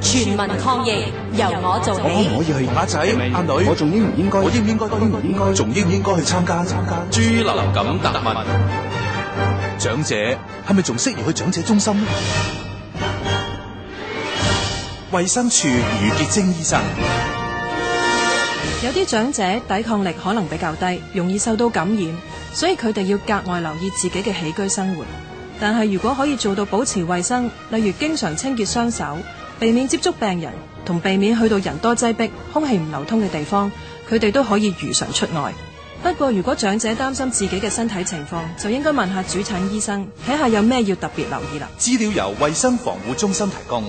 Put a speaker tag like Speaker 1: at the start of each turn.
Speaker 1: 全民抗疫，由我做
Speaker 2: 我可
Speaker 1: 起
Speaker 2: 唔。可以去？
Speaker 3: 阿仔、阿女，
Speaker 2: 我仲應唔應該？
Speaker 3: 我應唔應該？
Speaker 2: 應唔應該？
Speaker 3: 仲應唔應該去參加？參加
Speaker 4: 豬流感特問，
Speaker 3: 長者係咪仲適宜去長者中心呢？衛生署余潔晶醫生，
Speaker 5: 有啲長者抵抗力可能比較低，容易受到感染，所以佢哋要格外留意自己嘅起居生活。但係如果可以做到保持衛生，例如經常清潔雙手、避免接觸病人同避免去到人多擠迫、空氣唔流通嘅地方，佢哋都可以如常出外。不過，如果長者擔心自己嘅身體情況，就應該問下主診醫生，睇下有咩要特別留意啦。
Speaker 3: 資料由衛生防護中心提供。